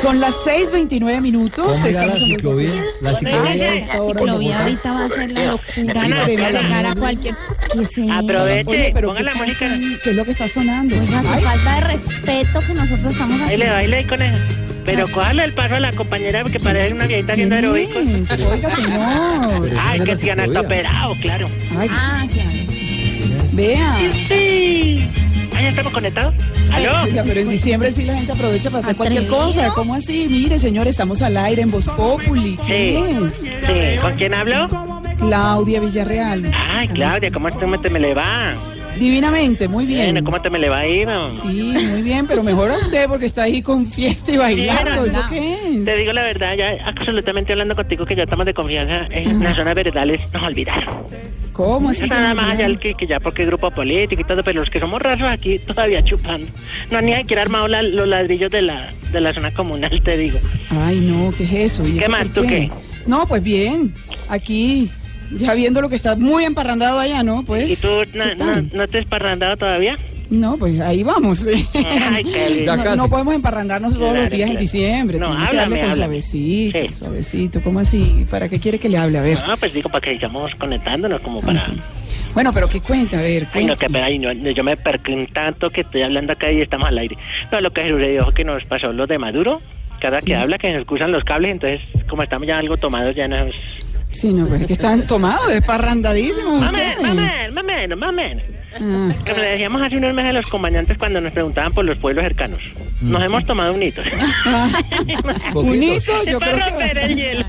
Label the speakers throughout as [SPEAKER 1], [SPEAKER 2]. [SPEAKER 1] Son las 6.29 minutos.
[SPEAKER 2] ¿Cómo irá la
[SPEAKER 1] Estamos en Blue
[SPEAKER 2] ciclovía? La ciclovía de
[SPEAKER 3] La
[SPEAKER 2] esta hora en
[SPEAKER 3] ciclovía
[SPEAKER 2] Bogotá.
[SPEAKER 3] ahorita va a ser la locura.
[SPEAKER 2] Ana,
[SPEAKER 3] va a
[SPEAKER 2] Ana,
[SPEAKER 3] llegar a
[SPEAKER 2] Ana.
[SPEAKER 3] cualquier. ¿Qué es eso?
[SPEAKER 4] Aproveche,
[SPEAKER 1] Oye, pero ¿qué,
[SPEAKER 4] ponga la Pues,
[SPEAKER 1] pasa?
[SPEAKER 4] música.
[SPEAKER 1] ¿Qué es lo que está sonando?
[SPEAKER 3] Oiga, su
[SPEAKER 1] Ay,
[SPEAKER 3] falta de respeto que nosotros estamos
[SPEAKER 4] Ahí
[SPEAKER 3] haciendo.
[SPEAKER 4] le baila ahí con él. Pero cójale el paso a la compañera porque parece una viejita haciendo
[SPEAKER 1] ¿qué
[SPEAKER 4] aerobicos.
[SPEAKER 1] es? Oiga, señor.
[SPEAKER 2] Pero
[SPEAKER 4] Ay,
[SPEAKER 2] esa
[SPEAKER 4] que
[SPEAKER 2] es
[SPEAKER 4] si
[SPEAKER 2] la ciclovía.
[SPEAKER 4] anastoperado, claro.
[SPEAKER 1] Ay,
[SPEAKER 3] Ah, claro.
[SPEAKER 1] vea.
[SPEAKER 4] Sí. Ahí estamos conectados.
[SPEAKER 1] Oiga,
[SPEAKER 4] ¿Aló?
[SPEAKER 1] pero en diciembre sí la gente aprovecha para hacer cualquier
[SPEAKER 3] ¿Atrevido?
[SPEAKER 1] cosa. ¿Cómo así? Mire, señor, estamos al aire en Voz Populi.
[SPEAKER 4] Sí.
[SPEAKER 1] ¿Quién es?
[SPEAKER 4] Sí. ¿Con quién hablo?
[SPEAKER 1] Claudia Villarreal.
[SPEAKER 4] Ay, Claudia, ¿cómo te, me le va?
[SPEAKER 1] Divinamente, muy bien.
[SPEAKER 4] Bueno, ¿cómo te me le va a ir?
[SPEAKER 1] Sí, muy bien, pero mejor a usted porque está ahí con fiesta y bailando.
[SPEAKER 4] Sí,
[SPEAKER 1] ¿Eso qué es?
[SPEAKER 4] Te digo la verdad, ya absolutamente hablando contigo que ya estamos de confianza en las zonas veredales, nos olvidaron.
[SPEAKER 1] ¿Cómo así?
[SPEAKER 4] No nada más allá el que, que ya porque grupo político y todo, pero los que somos rasos aquí todavía chupando. No, ni siquiera armado la- los ladrillos de la, de la zona comunal, te digo.
[SPEAKER 1] Ay, no, ¿qué es eso? ¿Y
[SPEAKER 4] ¿Qué
[SPEAKER 1] eso
[SPEAKER 4] más?
[SPEAKER 1] por
[SPEAKER 4] ¿Tú qué?
[SPEAKER 1] No, pues bien, aquí, ya viendo lo que está muy emparrandado allá, ¿no? Pues.
[SPEAKER 4] ¿Y tú na-
[SPEAKER 1] ¿qué
[SPEAKER 4] no,
[SPEAKER 1] tal?
[SPEAKER 4] no te has parrandado todavía?
[SPEAKER 1] No, pues ahí vamos.
[SPEAKER 4] Ay, qué lindo.
[SPEAKER 2] Ya
[SPEAKER 1] No,
[SPEAKER 2] casi.
[SPEAKER 1] no podemos emparrandarnos todos
[SPEAKER 4] Claro,
[SPEAKER 1] los días en
[SPEAKER 4] claro.
[SPEAKER 1] diciembre.
[SPEAKER 4] No,
[SPEAKER 1] tenemos que
[SPEAKER 4] háblame,
[SPEAKER 1] darle con
[SPEAKER 4] háblame.
[SPEAKER 1] suavecito,
[SPEAKER 4] Sí.
[SPEAKER 1] suavecito. ¿Cómo así? ¿Para qué quiere que le hable? A ver.
[SPEAKER 4] No, pues digo, para que sigamos conectándonos como para...
[SPEAKER 1] así. Bueno, pero ¿qué cuenta? A ver,
[SPEAKER 4] Ay, no, que,
[SPEAKER 1] cuéntame.
[SPEAKER 4] ay, no, no, yo me perqué un tanto que estoy hablando acá y estamos al aire. No, lo que sucedió que nos pasó lo de Maduro. Cada que habla que nos cruzan los cables, entonces como estamos ya algo tomados, ya nos...
[SPEAKER 1] Sí, no, pues es que están tomados, esparrandadísimos.
[SPEAKER 4] Más o menos,
[SPEAKER 1] ustedes.
[SPEAKER 4] más o menos, más o menos, más o menos.
[SPEAKER 1] Ah,
[SPEAKER 4] Como le decíamos hace unos meses a los comandantes cuando nos preguntaban por los pueblos cercanos. Nos hemos tomado un hito.
[SPEAKER 2] Poquitos.
[SPEAKER 1] Unito, yo creo
[SPEAKER 4] Para
[SPEAKER 1] que
[SPEAKER 4] romper el hielo.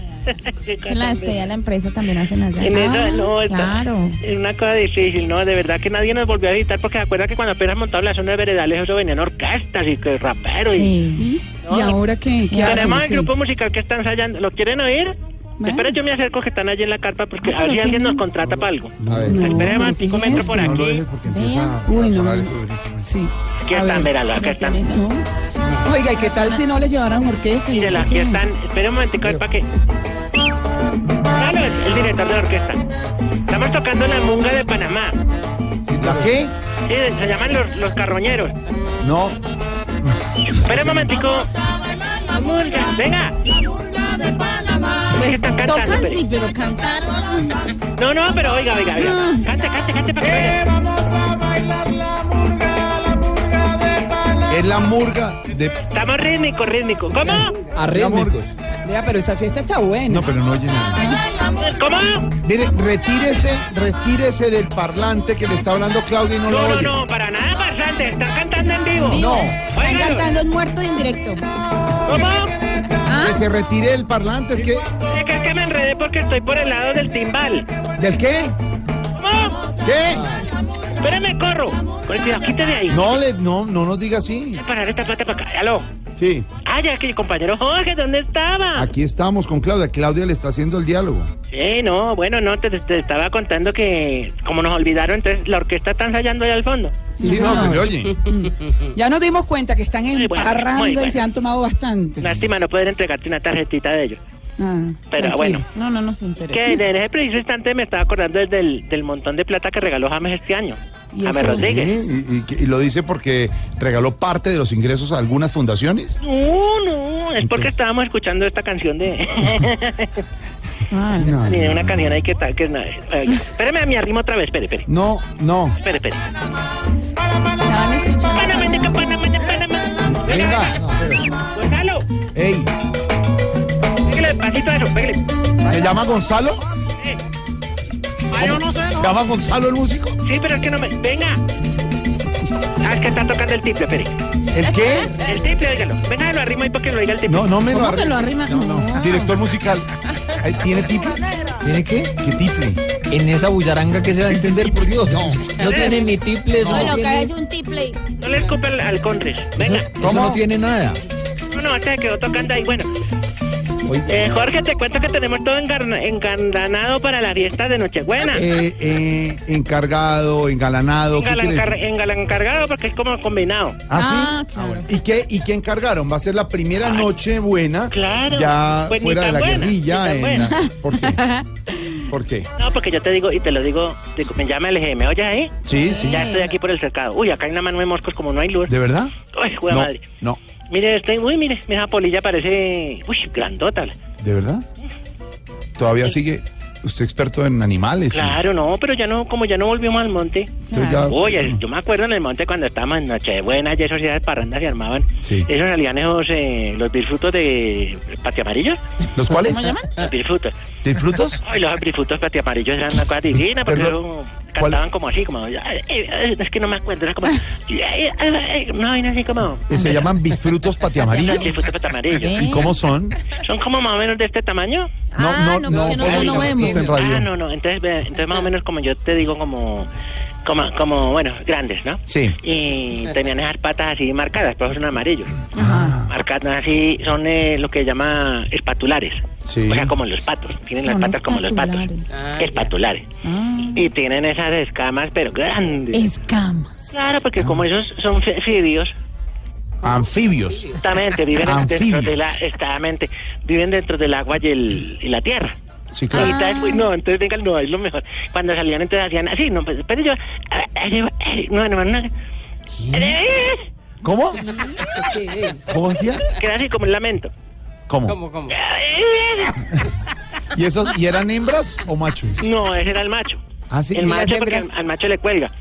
[SPEAKER 3] Que La despedida de la empresa también hacen allá. Ah,
[SPEAKER 4] En eso, no, está-
[SPEAKER 3] claro.
[SPEAKER 4] es una cosa difícil, ¿no? De verdad que nadie nos volvió a visitar porque se acuerda que cuando apenas montado la zona de veredales eso venían orquestas y que raperos. Y...
[SPEAKER 3] Sí.
[SPEAKER 1] ¿Y ahora qué? ¿Qué hacen?
[SPEAKER 4] Tenemos el
[SPEAKER 1] ¿Qué?
[SPEAKER 4] grupo musical que está ensayando. ¿Lo quieren oír?
[SPEAKER 1] Bueno.
[SPEAKER 4] Espera, yo me acerco que están allí en la carpa porque
[SPEAKER 3] Ah,
[SPEAKER 4] a ver
[SPEAKER 3] pero
[SPEAKER 4] si
[SPEAKER 3] qué
[SPEAKER 4] alguien nos
[SPEAKER 3] no.
[SPEAKER 4] contrata para algo.
[SPEAKER 2] A ver.
[SPEAKER 1] No,
[SPEAKER 4] Espera,
[SPEAKER 1] pero
[SPEAKER 4] Martico,
[SPEAKER 1] ¿qué
[SPEAKER 4] me entro
[SPEAKER 1] es?
[SPEAKER 4] por
[SPEAKER 5] No lo
[SPEAKER 4] aquí.
[SPEAKER 5] dejes porque empieza a
[SPEAKER 1] Uy, no.
[SPEAKER 5] sonar eso durísimo.
[SPEAKER 1] Sí.
[SPEAKER 4] Aquí
[SPEAKER 1] A
[SPEAKER 4] están,
[SPEAKER 1] ver.
[SPEAKER 4] veralo, aquí están.
[SPEAKER 1] No. Oiga, ¿y qué tal si no le llevaran orquesta?
[SPEAKER 4] Mírala, aquí están. Espera un momentico, a ver para qué. Claro, el- el director de la orquesta. Estamos tocando la munga de Panamá.
[SPEAKER 2] ¿La qué?
[SPEAKER 4] Sí, se llaman los, los carroñeros.
[SPEAKER 2] No.
[SPEAKER 4] Espera un momentico. Munga, venga.
[SPEAKER 3] Pues
[SPEAKER 4] están cantando,
[SPEAKER 3] tocan,
[SPEAKER 4] pero-
[SPEAKER 3] sí, pero cantar.
[SPEAKER 4] No, no, pero oiga, oiga, oiga.
[SPEAKER 3] Mm.
[SPEAKER 4] Cante, cante, cante para que
[SPEAKER 2] Eh,
[SPEAKER 4] vaya.
[SPEAKER 2] Es la murga de
[SPEAKER 4] Estamos rítmico, rítmico. ¿Cómo?
[SPEAKER 2] arrítmicos.
[SPEAKER 1] Vea, pero esa fiesta está buena.
[SPEAKER 5] No, pero no oye nada.
[SPEAKER 4] ¿Cómo?
[SPEAKER 2] Mire, retírese, retírese del parlante que le está hablando Claudia y no, lo
[SPEAKER 4] No, no,
[SPEAKER 2] oye.
[SPEAKER 4] no, para nada pasante. Están cantando en vivo.
[SPEAKER 2] No.
[SPEAKER 3] Están cantando en muerto y en directo. Ah,
[SPEAKER 4] ¿Cómo?
[SPEAKER 2] Que se retire del parlante, es que.
[SPEAKER 4] Es que es que me enredé porque estoy por el lado del timbal.
[SPEAKER 2] ¿Del qué?
[SPEAKER 4] ¿Cómo?
[SPEAKER 2] ¿Qué?
[SPEAKER 4] Espérame, corro. Con el cuidado, quítate de ahí.
[SPEAKER 2] No, le, no, no nos diga así.
[SPEAKER 4] Parar esta plata para acá. Aló.
[SPEAKER 2] Sí,
[SPEAKER 4] Ah, ya que compañero Jorge, ¿dónde estaba?
[SPEAKER 2] aquí estamos con Claudia. Claudia le está haciendo el diálogo.
[SPEAKER 4] Sí, no, bueno, no, te, te estaba contando que como nos olvidaron, entonces la orquesta está ensayando ahí al fondo.
[SPEAKER 2] Sí, no, se le oye.
[SPEAKER 1] Ya nos dimos cuenta que están en
[SPEAKER 4] Muy buena,
[SPEAKER 1] parranda
[SPEAKER 4] muy
[SPEAKER 1] y
[SPEAKER 4] buena.
[SPEAKER 1] se han tomado Ah, bastante.
[SPEAKER 4] Lástima no poder entregarte una tarjetita de ellos. Pero bueno.
[SPEAKER 1] No, no nos interesa.
[SPEAKER 4] Que en ese preciso instante me estaba acordando del, del montón de plata que regaló James este año.
[SPEAKER 1] ¿Y
[SPEAKER 4] James
[SPEAKER 1] eso?
[SPEAKER 4] Rodríguez.
[SPEAKER 2] Sí, y, y- y lo dice porque regaló parte de los ingresos a algunas fundaciones.
[SPEAKER 4] No, no, es porque
[SPEAKER 2] Entonces-
[SPEAKER 4] estábamos escuchando esta canción de...
[SPEAKER 2] No,
[SPEAKER 4] Ni de una canción ahí que tal, que es nada. Oiga, Espérame, me arrimo otra vez, espere, espere.
[SPEAKER 2] no, no.
[SPEAKER 4] Espere, espere.
[SPEAKER 3] Estaban
[SPEAKER 4] Panamá, de
[SPEAKER 3] escuchando.
[SPEAKER 4] Panamá, de Panamá.
[SPEAKER 2] Venga.
[SPEAKER 4] Gonzalo,
[SPEAKER 2] Ey,
[SPEAKER 4] pégale despacito a eso, pégale.
[SPEAKER 2] ¿se llama Gonzalo?
[SPEAKER 4] Eh, Ah,
[SPEAKER 2] ¿Se llama Gonzalo el músico?
[SPEAKER 4] Sí, pero es que no me... Venga. Ah, es que está tocando el tiple, espere.
[SPEAKER 2] ¿El qué?
[SPEAKER 3] ¿Eh?
[SPEAKER 4] El tiple, óigalo. Venga, lo arrimo ahí porque lo oiga el tiple.
[SPEAKER 2] No, no me lo
[SPEAKER 3] ¿Cómo que lo
[SPEAKER 2] arregla.
[SPEAKER 3] arrima?
[SPEAKER 2] No, no.
[SPEAKER 3] No.
[SPEAKER 2] Director musical. Ahí ¿Tiene tipo?
[SPEAKER 5] ¿Tiene qué?
[SPEAKER 2] ¿Qué tiple?
[SPEAKER 5] En esa bullaranga que se va a entender, por Dios.
[SPEAKER 2] No.
[SPEAKER 5] No tiene ni tiples, no,
[SPEAKER 3] No, lo que
[SPEAKER 5] tiene...
[SPEAKER 3] hay es un tiple.
[SPEAKER 4] No le escupe al, al Conris. Venga.
[SPEAKER 5] eso no tiene nada.
[SPEAKER 4] No, no, se quedó tocando ahí. Bueno. Eh, Jorge, te cuento que tenemos todo engarna- engandanado para la fiesta de Nochebuena.
[SPEAKER 2] Eh, eh, encargado, engalanado, ¿qué quiere
[SPEAKER 4] Engalancar-
[SPEAKER 2] decir?
[SPEAKER 4] Engalancargado porque es como combinado.
[SPEAKER 2] ¿Ah,
[SPEAKER 3] Ah,
[SPEAKER 2] sí?
[SPEAKER 3] claro.
[SPEAKER 2] ¿Y qué, ¿Y qué encargaron? Va a ser la primera noche buena,
[SPEAKER 4] claro.
[SPEAKER 2] ya
[SPEAKER 4] Pues ni
[SPEAKER 2] fuera de
[SPEAKER 4] tan
[SPEAKER 2] la
[SPEAKER 4] buena,
[SPEAKER 2] guerrilla.
[SPEAKER 4] ni tan
[SPEAKER 2] en la- ¿Por qué? ¿Por qué?
[SPEAKER 4] No, porque yo te digo, y te lo digo, digo, ya me alejé, ¿me oyes ahí?
[SPEAKER 2] Sí, sí.
[SPEAKER 4] Ya estoy aquí por el cercado. Uy, acá hay una mano de moscos como no hay luz.
[SPEAKER 2] ¿De verdad?
[SPEAKER 4] Uy, juega
[SPEAKER 2] no,
[SPEAKER 4] madre.
[SPEAKER 2] no.
[SPEAKER 4] Mire, estoy, uy, mire, mira, esa polilla parece, uy, grandota.
[SPEAKER 2] ¿De verdad? ¿Todavía sigue usted experto en animales?
[SPEAKER 4] Claro, no, pero ya no, como ya no volvimos al monte.
[SPEAKER 2] Entonces ya-
[SPEAKER 4] Oye, yo me acuerdo en el monte cuando estábamos en Nochebuena y esos días de parranda se armaban.
[SPEAKER 2] Sí.
[SPEAKER 4] Esos salían esos, eh, los bifrutos de patio amarillo.
[SPEAKER 2] ¿Los cuales?
[SPEAKER 3] ¿Cómo llaman?
[SPEAKER 4] Los bifrutos.
[SPEAKER 2] ¿Disfrutos?
[SPEAKER 4] Ay, los bifrutos patio amarillos eran una cosa divina porque
[SPEAKER 2] Perdón,
[SPEAKER 4] eso
[SPEAKER 2] ¿cuál? Ah.
[SPEAKER 4] cantaban como así, como. ay, ay, Es que no me acuerdo, era como. ay, ay, ay, Una vaina así como.
[SPEAKER 2] Eh, Se llaman bifrutos
[SPEAKER 4] Los
[SPEAKER 2] patiamarillos.
[SPEAKER 4] bifrutos patio amarillo.
[SPEAKER 3] ¿Eh?
[SPEAKER 2] ¿Y cómo son?
[SPEAKER 4] Son como más o menos de este tamaño.
[SPEAKER 3] Ah, no, porque nosotros
[SPEAKER 2] no
[SPEAKER 3] no
[SPEAKER 2] estamos
[SPEAKER 3] vemos.
[SPEAKER 2] en radio.
[SPEAKER 4] Ah, no, no. Entonces, ve, entonces más o menos como yo te digo, como, como, como bueno, grandes, ¿no?
[SPEAKER 2] Sí.
[SPEAKER 4] Y tenían esas patas así marcadas, pero son amarillos. Marcadas así, son eh, lo que llama espatulares.
[SPEAKER 2] Sí.
[SPEAKER 4] O sea, como los patos. Tienen
[SPEAKER 3] Son
[SPEAKER 4] las patas como los patos.
[SPEAKER 3] espatulares.
[SPEAKER 4] espatulares.
[SPEAKER 3] Ah,
[SPEAKER 4] Y tienen esas escamas, pero grandes.
[SPEAKER 3] escamas.
[SPEAKER 4] Claro, porque como ellos son fi- fibios,
[SPEAKER 2] Anfibios.
[SPEAKER 4] justamente viven dentro
[SPEAKER 2] Anfibios.
[SPEAKER 4] de la, exactamente, viven dentro del agua y, el, y la tierra.
[SPEAKER 2] Sí,
[SPEAKER 4] Ahí
[SPEAKER 3] Ah.
[SPEAKER 2] claro.
[SPEAKER 4] está, uy, no, entonces venga, no, es lo mejor. Cuando salían, entonces hacían así, no, pues, pero yo, ah, ah, yo, ah, no, no, no, Eh,
[SPEAKER 2] ¿Cómo? ¿Cómo decía?
[SPEAKER 4] "Ah", queda así como un lamento.
[SPEAKER 2] ¿Cómo?
[SPEAKER 4] Eh,
[SPEAKER 2] ¿Y esos y eran hembras o machos?
[SPEAKER 4] No, ese era el macho.
[SPEAKER 2] Ah, sí.
[SPEAKER 4] El
[SPEAKER 2] ¿Y
[SPEAKER 4] macho,
[SPEAKER 1] las
[SPEAKER 4] porque al,
[SPEAKER 1] hembras?
[SPEAKER 4] al macho le cuelga.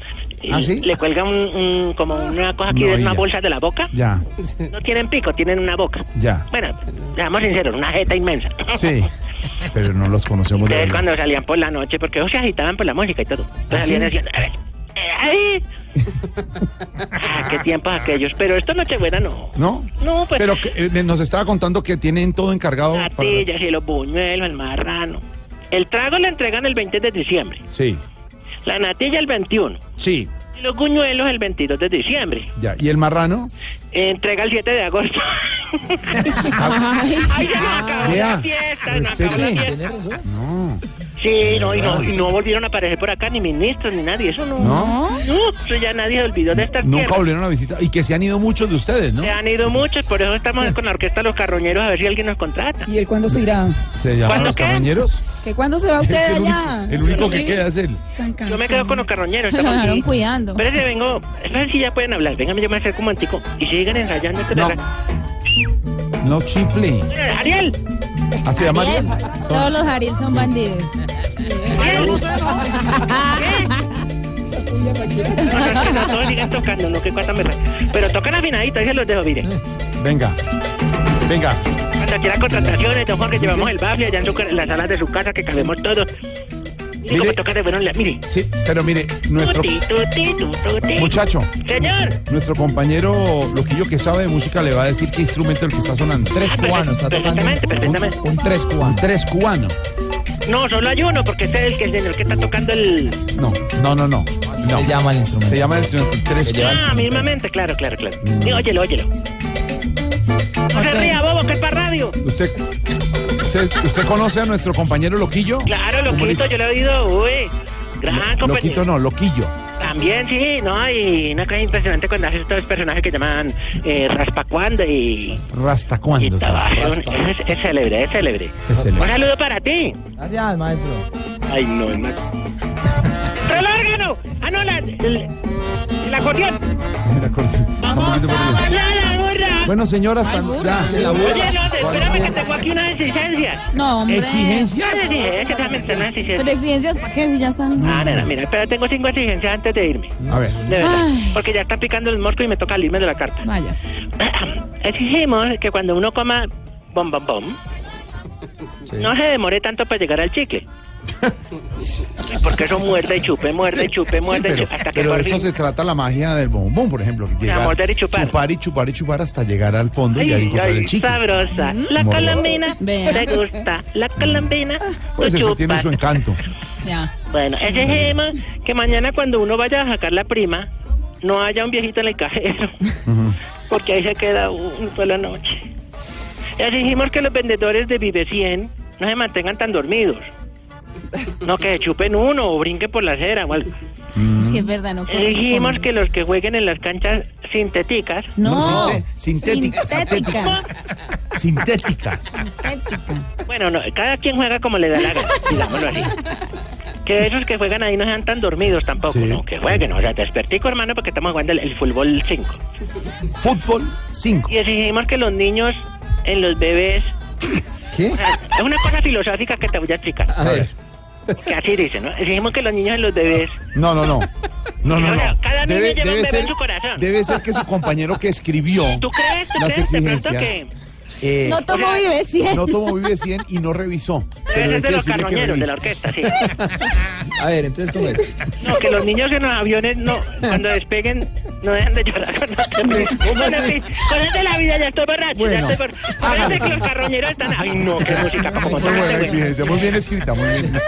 [SPEAKER 4] Y
[SPEAKER 2] ¿Ah, sí?
[SPEAKER 4] Le cuelga un, un- como una cosa aquí
[SPEAKER 2] No,
[SPEAKER 4] de una
[SPEAKER 2] ya.
[SPEAKER 4] bolsa de la boca.
[SPEAKER 2] Ya,
[SPEAKER 4] No tienen pico, tienen una boca.
[SPEAKER 2] ya.
[SPEAKER 4] Bueno, seamos sinceros, una jeta inmensa.
[SPEAKER 2] Sí. Pero no los conocemos de
[SPEAKER 4] Ustedes
[SPEAKER 2] verdad.
[SPEAKER 4] cuando salían por la noche, porque ellos se agitaban por la música y todo. Entonces
[SPEAKER 2] ¿Ah,
[SPEAKER 4] salían
[SPEAKER 2] sí?
[SPEAKER 4] haciendo, a ver, eh, ay. Ah, qué tiempos aquellos. Pero esta Nochebuena no.
[SPEAKER 2] ¿No?
[SPEAKER 4] No, pues. Ah,
[SPEAKER 2] Pero que, eh, nos estaba contando que tienen todo encargado
[SPEAKER 4] Las
[SPEAKER 2] para...
[SPEAKER 4] patillas y los buñuelos, el marrano. El trago lo entregan el 20 de diciembre.
[SPEAKER 2] Sí,
[SPEAKER 4] La natilla el 21.
[SPEAKER 2] sí.
[SPEAKER 4] Y los buñuelos el 22 de diciembre.
[SPEAKER 2] Ya. ¿Y el marrano?
[SPEAKER 4] Entrega el 7 de agosto. Ay, se nos acabó
[SPEAKER 2] Vea,
[SPEAKER 4] la fiesta, se nos acabó la
[SPEAKER 2] respete.
[SPEAKER 4] fiesta.
[SPEAKER 2] No.
[SPEAKER 4] Sí, no y, no, y no volvieron a aparecer por acá ni ministros ni nadie. Eso no.
[SPEAKER 2] No.
[SPEAKER 4] No, eso ya nadie olvidó de estas
[SPEAKER 2] Nunca
[SPEAKER 4] tierras.
[SPEAKER 2] volvieron a visitar. Y que se han ido muchos de ustedes, ¿no?
[SPEAKER 4] Se han ido muchos, por eso estamos con la orquesta Los Carroñeros a ver si alguien nos contrata.
[SPEAKER 1] ¿Y él cuándo se irá?
[SPEAKER 2] ¿Se llaman
[SPEAKER 4] ¿Cuándo
[SPEAKER 2] los
[SPEAKER 4] qué?
[SPEAKER 2] carroñeros?
[SPEAKER 1] ¿Que cuándo se va usted
[SPEAKER 2] Es el
[SPEAKER 1] allá?
[SPEAKER 2] único, el único
[SPEAKER 1] Sí,
[SPEAKER 2] que queda es él.
[SPEAKER 1] tan
[SPEAKER 4] Yo me
[SPEAKER 1] cansado.
[SPEAKER 4] quedo con Los Carroñeros.
[SPEAKER 3] Lo
[SPEAKER 4] Estamos
[SPEAKER 3] dejaron
[SPEAKER 4] aquí.
[SPEAKER 3] cuidando.
[SPEAKER 4] Espérense, vengo. Espérense, ya pueden hablar. Venga, yo me acerco un momentico y sigan ensayando. este
[SPEAKER 2] No.
[SPEAKER 4] tra-
[SPEAKER 2] No chifle.
[SPEAKER 4] Bueno, Ariel,
[SPEAKER 2] ¿Ah, se llama Ariel?
[SPEAKER 3] Todos los Ariel son bandidos.
[SPEAKER 4] Ariel. ¿Qué? No, no, es que no, todos sigan tocando, no, que cuesta me Pero tocan afinadito, ahí se los dejo, mire.
[SPEAKER 2] Venga. Venga.
[SPEAKER 4] Cuando quiera contrataciones, don Jorge, llevamos el bafle allá en, su ca- en la sala de su casa, que cabemos todos. Mire
[SPEAKER 2] Mire.
[SPEAKER 4] cómo toca de verón, la- mire.
[SPEAKER 2] Sí, pero mire, nuestro
[SPEAKER 4] Tuti, tuti, tu, tuti.
[SPEAKER 2] muchacho,
[SPEAKER 4] Señor.
[SPEAKER 2] nuestro compañero Loquillo que sabe de música le va a decir qué instrumento es el que está sonando.
[SPEAKER 5] Tres cubanos, Pues, está tocando
[SPEAKER 4] Ah, Perfectamente, perfectamente.
[SPEAKER 5] un, un tres cubano.
[SPEAKER 2] Tres cubano.
[SPEAKER 4] No, solo hay uno, porque ese es el que, el señor que está tocando el...
[SPEAKER 2] No, no, no, no.
[SPEAKER 5] Se
[SPEAKER 2] no.
[SPEAKER 5] llama el instrumento.
[SPEAKER 2] Se llama el instrumento tres
[SPEAKER 5] Se llama-
[SPEAKER 2] cubano.
[SPEAKER 4] Ah, mismamente, claro, claro, claro. Sí, óyelo, óyelo. No se
[SPEAKER 3] Ok.
[SPEAKER 4] ría, bobo, que es para radio.
[SPEAKER 2] ¿Usted, usted, usted conoce a nuestro compañero Loquillo?
[SPEAKER 4] Claro, loquito, yo lo he oído, uy. Gran
[SPEAKER 2] Loquito
[SPEAKER 4] compañero.
[SPEAKER 2] no, Loquillo.
[SPEAKER 4] También, sí, ¿no? Y una cosa impresionante cuando hace estos personajes que llaman eh, Raspacuanda y...
[SPEAKER 2] Rasta
[SPEAKER 4] y
[SPEAKER 2] cuándo.
[SPEAKER 4] todo. Es, es- es célebre, es célebre.
[SPEAKER 2] Es célebre.
[SPEAKER 4] Un saludo para ti.
[SPEAKER 5] Gracias, maestro.
[SPEAKER 4] Ay, no, es más... ¡Pero el órgano! ¡Ah, no, la... el- el acordeón!
[SPEAKER 2] Vamos
[SPEAKER 4] ¡La, la gorra!
[SPEAKER 2] Bueno, señora, hasta
[SPEAKER 3] Ay, burro.
[SPEAKER 2] ya, la
[SPEAKER 4] Oye, no,
[SPEAKER 2] burra.
[SPEAKER 4] espérame que tengo aquí unas exigencias.
[SPEAKER 3] No, hombre.
[SPEAKER 2] Exigencia.
[SPEAKER 4] Ya les dije, es que también son unas
[SPEAKER 3] Pero
[SPEAKER 4] exigencias.
[SPEAKER 3] exigencias, ¿para qué? Si ya están.
[SPEAKER 4] Ah, nena, mira, pero tengo cinco exigencias antes de irme.
[SPEAKER 2] A ver,
[SPEAKER 4] De verdad.
[SPEAKER 3] Ay.
[SPEAKER 4] Porque ya está picando el mosco y me toca salirme de la carta.
[SPEAKER 3] Vayas.
[SPEAKER 4] Exigimos que cuando uno coma bom, bom, bom, no se demore tanto para llegar al chicle. Porque eso muerde y chupe, muerde y chupe,
[SPEAKER 2] Sí,
[SPEAKER 4] muerde y
[SPEAKER 2] pero,
[SPEAKER 4] chupe, hasta que
[SPEAKER 2] pero
[SPEAKER 4] por
[SPEAKER 2] de eso
[SPEAKER 4] fin-
[SPEAKER 2] se trata la magia del bombón, por ejemplo. que Llegar,
[SPEAKER 4] morder y chupar.
[SPEAKER 2] Chupar y chupar y chupar hasta llegar al fondo y ahí
[SPEAKER 4] Ay,
[SPEAKER 2] encontrar
[SPEAKER 4] ay,
[SPEAKER 2] el chico.
[SPEAKER 4] sabrosa. La
[SPEAKER 2] Morder.
[SPEAKER 4] calambina.
[SPEAKER 3] Vea.
[SPEAKER 4] ¿Te gusta? La calambina.
[SPEAKER 2] Mm. Pues eso tiene
[SPEAKER 4] Chupa.
[SPEAKER 2] su encanto.
[SPEAKER 3] Ya.
[SPEAKER 4] Bueno, ese es Emma, que mañana cuando uno vaya a sacar la prima, no haya un viejito en el cajero, porque ahí se queda uno toda la noche. Exigimos que los vendedores de Vive 100 no se mantengan tan dormidos. No, que se chupen uno o brinquen por la acera o algo.
[SPEAKER 3] Sí, es verdad, no.
[SPEAKER 4] Exigimos
[SPEAKER 3] corresponde.
[SPEAKER 4] que los que jueguen en las canchas sintéticas
[SPEAKER 3] No.
[SPEAKER 2] No, sintética,
[SPEAKER 3] Sintética.
[SPEAKER 2] Sintéticas.
[SPEAKER 3] Sintética.
[SPEAKER 4] Bueno, no, cada quien juega como le da la gana, digámoslo así. Que esos que juegan ahí no sean tan dormidos tampoco,
[SPEAKER 2] Sí.
[SPEAKER 4] ¿no? Que jueguen, o sea, despertico, hermano, porque estamos jugando el, el fútbol 5.
[SPEAKER 2] Fútbol 5.
[SPEAKER 4] Y exigimos que los niños en los bebés...
[SPEAKER 2] ¿Qué?
[SPEAKER 4] o sea, es una cosa filosófica que te voy a explicar.
[SPEAKER 2] A ver.
[SPEAKER 4] Que así dice, ¿no? Exigimos que los niños en los bebés...
[SPEAKER 2] No, no, no. No, no,
[SPEAKER 4] Ahora,
[SPEAKER 2] no.
[SPEAKER 4] cada niño lleva un bebé en su corazón.
[SPEAKER 2] debe ser que su compañero que escribió
[SPEAKER 4] ¿Tú crees? ¿Tú
[SPEAKER 2] las
[SPEAKER 4] crees? De pronto
[SPEAKER 2] exigencias
[SPEAKER 4] que...
[SPEAKER 2] eh,
[SPEAKER 3] No tomo vive 100.
[SPEAKER 2] no tomó Vive 100 y no revisó.
[SPEAKER 4] Debe
[SPEAKER 2] Pero hay
[SPEAKER 4] ser
[SPEAKER 2] que
[SPEAKER 4] de los
[SPEAKER 2] decirle que
[SPEAKER 4] carroñeros, de la
[SPEAKER 2] revise.
[SPEAKER 4] orquesta, sí.
[SPEAKER 5] A ver, entonces, ¿cómo es?
[SPEAKER 4] No, que los niños en los aviones no, cuando despeguen, no dejan de llorar.
[SPEAKER 2] ¿Cómo
[SPEAKER 4] Bueno,
[SPEAKER 2] así?
[SPEAKER 4] sí, cosas de la vida, ya estoy borracho,
[SPEAKER 2] Bueno.
[SPEAKER 4] ya estoy borracho. Cosas de que los carroñeros están... Ay, no, qué música, como
[SPEAKER 2] Muy buena
[SPEAKER 4] tocaste, güey.
[SPEAKER 2] exigencia, muy bien escrita, muy bien.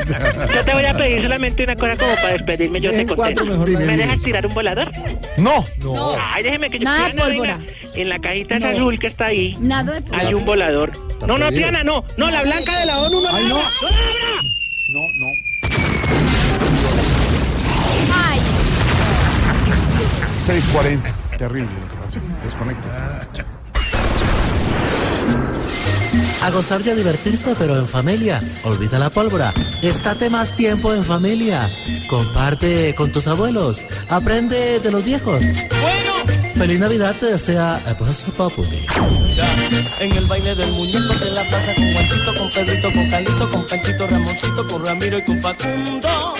[SPEAKER 4] Yo te voy a pedir solamente una cosa como para despedirme, yo te
[SPEAKER 5] En cuatro,
[SPEAKER 4] contesto.
[SPEAKER 5] mejor
[SPEAKER 2] la
[SPEAKER 4] ¿Me
[SPEAKER 2] vida.
[SPEAKER 4] dejas tirar un volador?
[SPEAKER 2] No,
[SPEAKER 5] No.
[SPEAKER 4] Ay, déjeme que
[SPEAKER 3] Nada de
[SPEAKER 4] Triana, venga,
[SPEAKER 3] pólvora.
[SPEAKER 4] En la cajita esa
[SPEAKER 3] No.
[SPEAKER 4] azul que está ahí,
[SPEAKER 3] Nada de
[SPEAKER 4] hay un volador. No, no,
[SPEAKER 5] prohibido.
[SPEAKER 4] Triana, no. No, la blanca de la ONU no.
[SPEAKER 2] Ay, no.
[SPEAKER 4] ¡No, no, no!
[SPEAKER 2] no, no.
[SPEAKER 3] Ay,
[SPEAKER 2] 640. Terrible lo que pasó. Desconecta.
[SPEAKER 6] A gozar y a divertirse, pero en familia. Olvida la pólvora. Estate más tiempo en familia. Comparte con tus abuelos. Aprende de los viejos. Bueno. Feliz Navidad te desea eh, pues, Voz Populi.
[SPEAKER 7] En el baile del muñeco de la plaza con Juanchito, con Pedrito, con Calito, con Panchito, Ramoncito, con Ramiro y con Facundo.